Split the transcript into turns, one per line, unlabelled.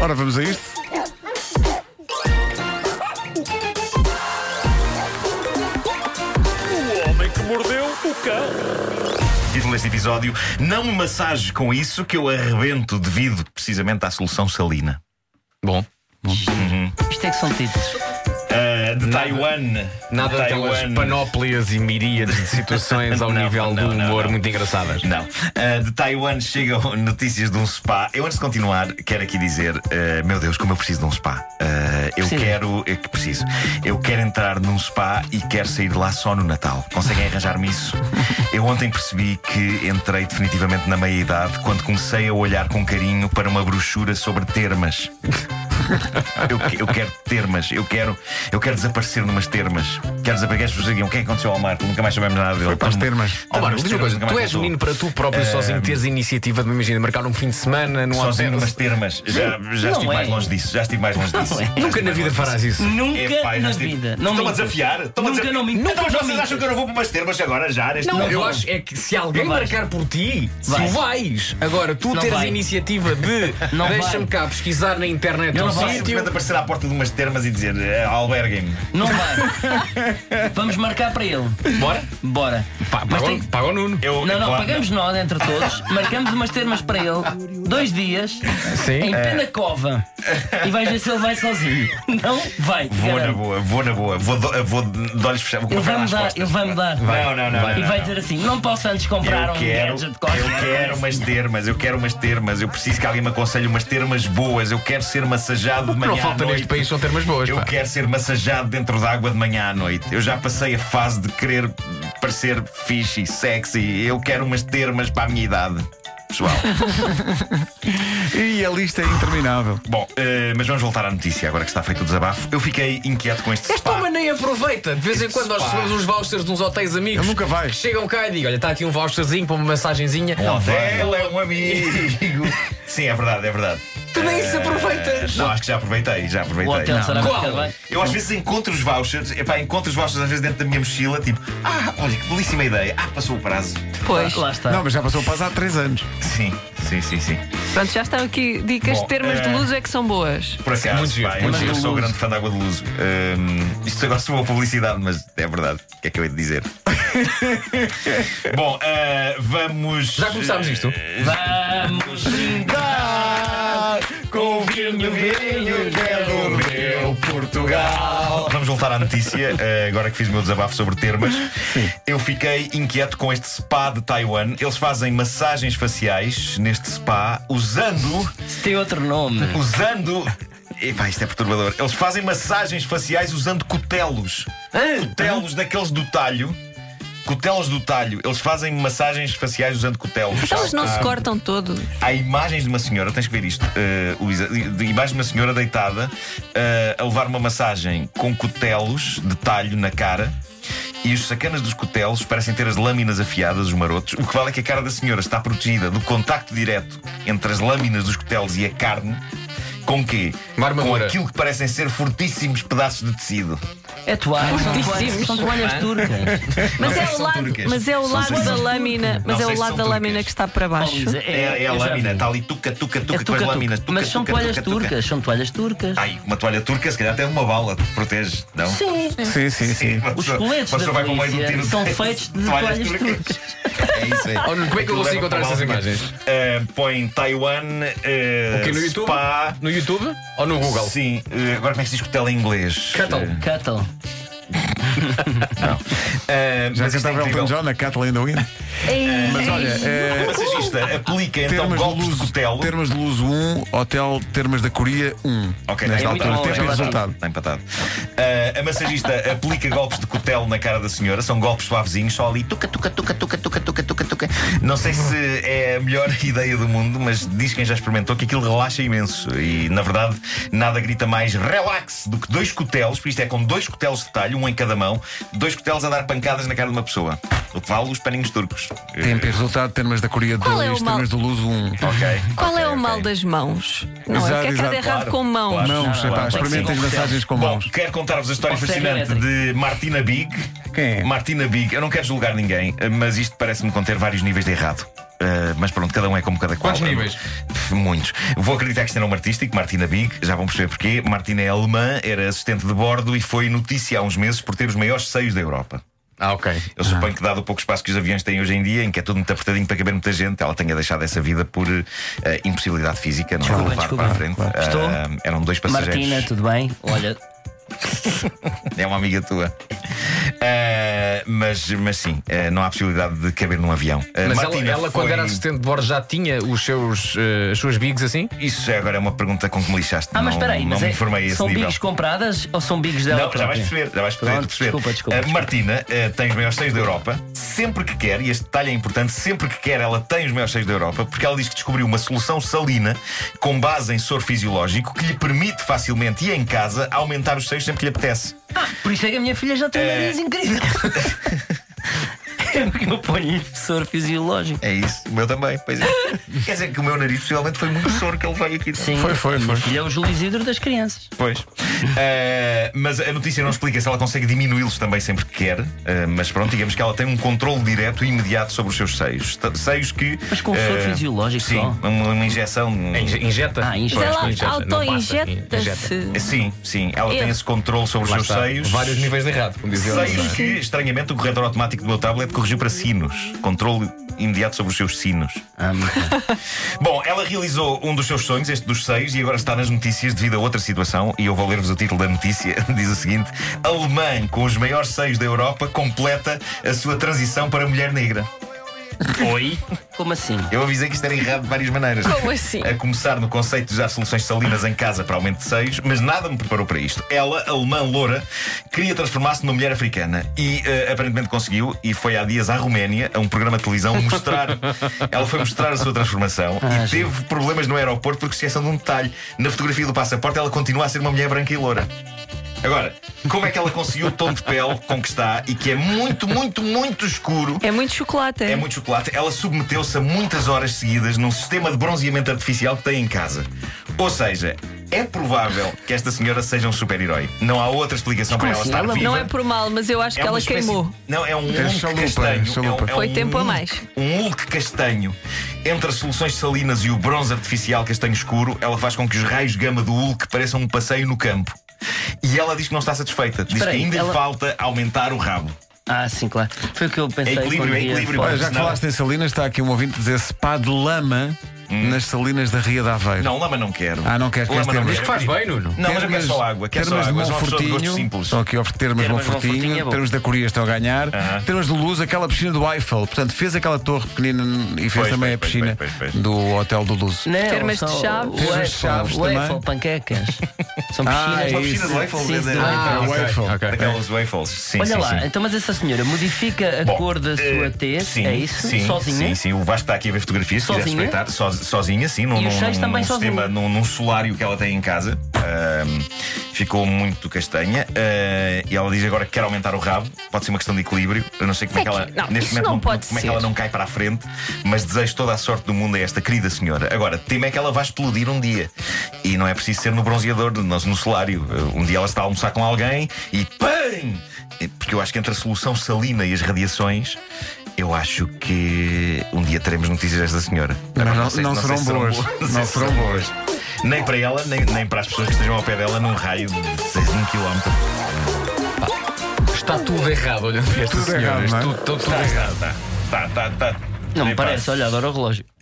Ora, vamos a isto.
O homem que mordeu o cão.
Título deste episódio: Não me massages com isso que eu arrebento devido precisamente à solução salina.
Bom. Isto é que são títulos.
Ah, de Taiwan.
Nada
de
daquelas panóplias e miríades de situações ao
Não,
nível
não,
do
não,
humor
não.
muito engraçadas.
Não. Ah, de Taiwan chegam notícias de um spa. Eu, antes de continuar, quero aqui dizer: ah, Meu Deus, como eu preciso de um spa. Ah, eu
Precisa.
quero. Eu que preciso. Eu quero entrar num spa e quero sair de lá só no Natal. Conseguem arranjar-me isso? Eu ontem percebi que entrei definitivamente na meia-idade quando comecei a olhar com carinho para uma brochura sobre termas. Eu, que- eu quero termas, eu quero, eu quero desaparecer numas termas. Quero desaparecer. Que as pessoas digam o que é que aconteceu ao Marco, nunca mais sabemos nada dele. Então,
Foi para as termas.
Ó,
Numas
Marcos, diz uma
termas,
coisa,
nunca
tu
mais Ah,
és um
voltou.
menino para tu próprio sozinho teres a iniciativa de, imagina, marcar um fim de semana num
Sozinho
hotel.
numas termas. Já, já
não
estive
é.
mais longe disso. Já estive mais longe disso.
Nunca na vida farás isso.
Nunca
É, pá, já
na
estive-
vida. Não
Estão a
mintas.
desafiar? Estão a
Nunca
desafiar?
não mintas.
Então
Não
vocês
mintas.
acham que eu não vou para umas termas agora, já? Neste
Não,
momento?
eu acho é que se alguém
Não vais.
marcar por ti,
Vais.
tu vais. Agora, tu
Não
teres a
vai.
iniciativa de
Não vai.
deixa-me cá pesquisar na internet
Não
um
vai.
sítio.
simplesmente aparecer à porta de umas termas e dizer eh, alberguem-me.
Não vai. Vamos marcar para ele.
Bora?
Bora.
Pá,
Mas
paga,
tem-
o- paga o Nuno.
Eu-
Não, não,
é claro,
pagamos nós entre todos, marcamos umas termas para ele, dois dias,
Sim.
é.
em pena cova, e vais ver se ele vai sozinho. Não vai.
Vou na
garanto.
boa, vou na boa. Vou, do- vou de olhos fechados. vou com
Ele
uma perna
vai
às
mudar,
costas.
ele vai mudar.
Não, não, não. não,
E
não,
vai
não.
dizer assim: não posso antes comprar
Eu
um
quero,
gadget
eu quero umas termas, eu quero umas termas, eu preciso que alguém me aconselhe umas termas boas, eu quero ser massajado de manhã
Não
à
falta
noite.
neste país são termas boas.
Eu
pá.
quero ser massajado dentro da água de manhã à noite. Eu já passei a fase de querer parecer fixe e sexy. Eu quero umas termas para a minha idade. Pessoal.
E a lista é interminável.
Bom, eh, mas vamos voltar à notícia agora que está feito o desabafo. Eu fiquei inquieto com este
Esta
spa.
homem nem aproveita. De vez em quando nós
Pá.
recebemos uns vouchers de uns hotéis amigos.
Ele nunca vai.
que Chegam cá e digam: Olha, está aqui um voucherzinho para uma massagenzinha.
Um hotel é um amigo. Sim, é verdade, é verdade.
Tu nem isso
Eh,
aproveitas.
Não, acho que já aproveitei, já aproveitei.
O hotel
Não.
será
Qual?
marcado, vai?
Eu às vezes encontro os vouchers, epá, encontro os vouchers às vezes dentro da minha mochila, tipo, ah, olha que belíssima ideia. Ah, passou o prazo.
Pois.
Lá
Tá.
está.
Não, mas já passou o passo há três anos.
Sim, sim, sim, sim.
Pronto, já estão aqui dicas
Bom,
de termas de
eh,
luz é que são boas.
Por acaso,
Muito giro,
pá,
muito
eu
giro.
sou grande fã da água de luz. Hum, isto agora sou uma publicidade, mas é verdade. O que é que eu hei de dizer? Bom, ah, vamos. eh,
Já começámos isto?
Vamos brindar com vinho, vinho, belo
é meu Portugal. Vamos voltar à notícia, eh, agora que fiz o meu desabafo sobre termas. Eu fiquei inquieto com este spa de Taiwan. Eles fazem massagens faciais neste spa usando.
Se tem outro nome.
Usando. Epá, isto é perturbador. Eles fazem massagens faciais usando cutelos. Ah! Cutelos daqueles do talho. Cutelos do talho. Eles fazem massagens faciais usando Ah, cutelos.
Eles Então não se
Há-
cortam todos.
Há imagens de uma senhora, tens que ver isto, eh, Luísa, de de imagens de uma senhora deitada eh, a levar uma massagem com cutelos de talho na cara. E os sacanas dos cutelos parecem ter as lâminas afiadas, os marotos. O que vale é que a cara da senhora está protegida do contacto direto entre as lâminas dos cutelos e a carne. Com quê?
Uma
com
armadura.
aquilo que parecem ser fortíssimos pedaços de tecido.
É toalha, são toalhas,
Fortíssimos.
são toalhas turcas.
Mas
sei
é
se
o
são
lado,
turcas.
mas é o
São
lado
turcas.
da lâmina, mas
Não
é
sei
o
se
lado
são
da lâmina
turcas.
que está para
Oh,
baixo.
Luísa,
É, é a
eu já
lâmina,
vi.
está ali tuca, tuca, tuca,
É
depois
tuca,
lâminas.
tuca.
tuca,
Mas são
tuca,
toalhas
tuca, tuca.
turcas, são toalhas turcas.
Ai, uma toalha turca, se calhar até uma bala te protege, não?
Sim.
Sim, sim, sim.
Uma
Os
pessoa-
coletes
uma pessoa
da
vai para o meio do
polícia
tiro
são feitos de toalhas turcas.
É isso aí.
Oh, Nuno, como é que eu consigo encontrar essas imagens?
Uh, um põe Taiwan, uh,
Aqui no YouTube?
Spa.
No YouTube ou no Google?
Sim, eh, agora como é que se diz cutela em inglês?
Cattle.
Eh,
Cattle.
não. Eh,
Já
mas isto é
cantava
um
Elton
incrível. Eh,
John, a Kathleen da Win. Mas olha,
O
é,
massagista aplica então
termas, de
golpes de
luz,
cutelo.
termas de luz 1, Hotel Termas da Coreia 1.
Ok, é
nesta
está
altura,
empatado,
tempo e
está empatado,
resultado.
Está empatado. Ah, a massagista aplica golpes de cutelo na cara da senhora, são golpes suavezinhos, só ali tuca, tuca, tuca, tuca, tuca, tuca, tuca, tuca. Não sei se é a melhor ideia do mundo, mas diz quem já experimentou que aquilo relaxa imenso. E na verdade, nada grita mais relax do que dois cutelos, porque isto é com dois cutelos de talho, um em cada mão, dois cutelos a dar pancadas na cara de uma pessoa. O que vale os paninhos turcos.
Tempo e resultado, Termas da Coreia 2,
Qual é o mal?
Termas de Luz 1.
Ok.
Qual é
ok,
o mal
ok.
das mãos? Não é? O
Exato,
que é que há de
exato,
errado
claro,
com mãos?
claro.
Mãos,
Não,
epá,
não,
experimentem
não.
massagens com
Bom,
mãos.
quero contar-vos a história
Ou seja,
fascinante
elétrico.
de Martina Big,
Quem é?
Martina Big, eu não quero julgar ninguém, mas isto parece-me conter vários níveis de errado. Uh, mas pronto, cada um é como cada qual.
Quantos níveis?
Pff, Muitos. Vou acreditar que isto é nome artístico, Martina Big, já vão perceber porquê. Martina é alemã, era assistente de bordo e foi notícia há uns meses por ter os maiores seios da Europa.
Ah, ok.
Eu suponho que, dado o pouco espaço que os aviões têm hoje em dia, em que é tudo muito apertadinho para caber muita gente, ela tenha deixado essa vida por eh, impossibilidade física, não a
Desculpa,
levar
desculpa.
para a frente. Ah,
Estou?
eram dois passageiros.
Martina, tudo bem? Olha, ah,
É uma amiga tua. Ah, mas, mas sim, ah, não há possibilidade de caber num avião. Ah,
Mas
Martina
ela, ela, quando
foi-
era assistente de bordo, já tinha os seus, eh, as suas bigs assim?
Isso é agora é uma pergunta com que me lixaste.
ah, mas
não,
espera aí,
não
mas
me
é-
informei a esse
são
nível.
bigs compradas ou são bigs dela?
Não, já vais
própria?
perceber, já vais perceber.
Pronto,
perceber.
desculpa, desculpa,
A
desculpa.
Martina eh, tem os maiores seios da Europa. Sempre que quer, e este detalhe é importante, sempre que quer, ela tem os maiores seios da Europa, porque ela diz que descobriu uma solução salina com base em soro fisiológico que lhe permite facilmente e em casa aumentar os seios sempre que lhe apetece.
Por isso é que a minha filha já tem um
É.
nariz incrível. é porque eu ponho professor fisiológico.
É isso, o meu também, pois é. Quer dizer que o meu nariz possivelmente foi muito soro que ele veio aqui.
Sim.
Foi, foi, foi.
Ele é o Júlio Isidro das crianças.
Pois. Eh, mas a notícia não explica se ela consegue diminuí-los também sempre que quer. eh, mas pronto, digamos que ela tem um controle direto e imediato sobre os seus seios. Ta- Seios que.
Mas com um soro
eh,
fisiológico
Sim,
só?
uma, uma injeção.
Inje- Injeta?
Ah, injeta.
Mas
Pois,
ela
injeta, não passa, injeta.
auto-injeta-se.
Sim, sim. Ela
Eu-
É.
tem esse controle sobre os
Lá
seus
está.
seios.
Vários níveis de errado, como dizia o
Seios
Nuno.
que, estranhamente, o corretor automático do meu tablet corrigiu para sinos. Controle imediato sobre os seus sinos. Bom, ela realizou um dos seus sonhos, este dos seis, e agora está nas notícias devido a outra situação. E eu vou ler-vos o título da notícia. Diz o seguinte: Alemã com os maiores seios da Europa completa a sua transição para mulher negra.
Oi? Como assim?
Eu avisei que isto era errado de várias maneiras.
Como assim?
A começar no conceito de usar soluções salinas em casa para aumento de seios, mas nada me preparou para isto. Ela, alemã loura, queria transformar-se numa mulher africana e eh, aparentemente conseguiu e foi há dias à Roménia, a um programa de televisão, mostrar. ela foi mostrar a sua transformação
Ah,
e teve problemas no aeroporto porque esqueceu de um detalhe. Na fotografia do passaporte ela continua a ser uma mulher branca e loura. Agora, como é que ela conseguiu o tom de pele com que está e que é muito, muito, muito escuro
É muito chocolate.
é muito chocolate. Ela submeteu-se a muitas horas seguidas num sistema de bronzeamento artificial que tem em casa. Ou seja, é provável que esta senhora seja um super-herói. Não há outra explicação para ela
assim?
estar
Ela
viva.
Não é por mal, mas eu acho
É
que
uma
ela
espécie-
queimou.
Não, é um
É
Hulk
chalupa,
castanho.
chalupa.
É um- é
Foi
um
tempo a
Hulk-
mais.
Um Hulk castanho. Entre as soluções salinas e o bronze artificial castanho escuro, ela faz com que os raios gama do Hulk pareçam um passeio no campo. E ela diz que não está satisfeita. Diz
Espera
que
aí,
ainda
ela-
lhe falta aumentar o rabo.
Ah, sim, claro. Foi o que eu pensei.
É equilíbrio,
quando
é
vi a
equilíbrio.
foto.
Olha,
Olha, já que
Não.
falaste em Salinas, está aqui um ouvinte a dizer spa de lama nas Salinas da Ria de Aveiro.
Hum. Não, lama não quero.
Ah, não queres, queres
Lama não
termos.
Mas que faz bem, Nuno.
Não, mas eu quero só água. Quero só
termas
água.
de
Sou uma pessoa de
Monfortinho,
gostos simples.
Estão aqui a oferecer termas de
Termas de
Monfortinho,
Monfortinho é bom.
termas da Coreia estão a ganhar,
Aham.
termas de Luz, aquela piscina do Eiffel. Portanto, fez aquela torre pequenina e fez
Pois,
também
pois,
a
pois,
piscina
pois, pois, pois.
do Hotel do Luz.
Não,
Termas de
são
chaves.
o
Termas de
Eiffel,
chaves
o Eiffel,
também.
panquecas. São
Ah,
piscinas.
é
Uma piscina
isso.
de waffles,
Sim,
é de-
sim. Ah,
o
ok.
Eiffel.
Ok.
Daquelas waffles. Sim,
Olha
sim,
lá,
sim.
então, mas essa senhora modifica a
Bom,
cor da sua
eh,
T,
sim,
é isso?
Sim,
Sozinha?
Sim, sim. O Vasco está aqui a ver fotografias, se quiser
Sozinha?
respeitar. So- sozinha, sim. Num,
E os
num-
seis
num-
também
num
sozinha?
sistema, num, num solário que ela tem em casa. Ahm, ficou muito castanha. Ah, e ela diz agora que quer aumentar o rabo. Pode ser uma questão de equilíbrio. Eu não sei como é que ela.
Não,
neste
isso
momento,
não pode
como é que
ser.
ela não cai para a frente. Mas desejo toda a sorte do mundo a esta querida senhora. Agora, temo é que ela vai explodir um dia. E não é preciso ser no bronzeador, no, no solário. Ah, Um dia ela está a almoçar com alguém e PAM! Porque eu acho que entre a solução salina e as radiações. Eu acho que um dia teremos notícias desta senhora.
Mas
Agora,
não-
sei-
não
sei
serão
se
boas.
sei
Não
se
serão
boas. Nem para ela, nem, nem para as pessoas que estejam ao pé dela, num raio de 6 km.
Está tudo errado olhando para esta
Tudo
senhora.
errado, não é?
Tudo, tudo, tudo
Tá,
errado.
tá, tá. Tá, tá, tá.
Não me
Nem
parece, olha, adoro o relógio.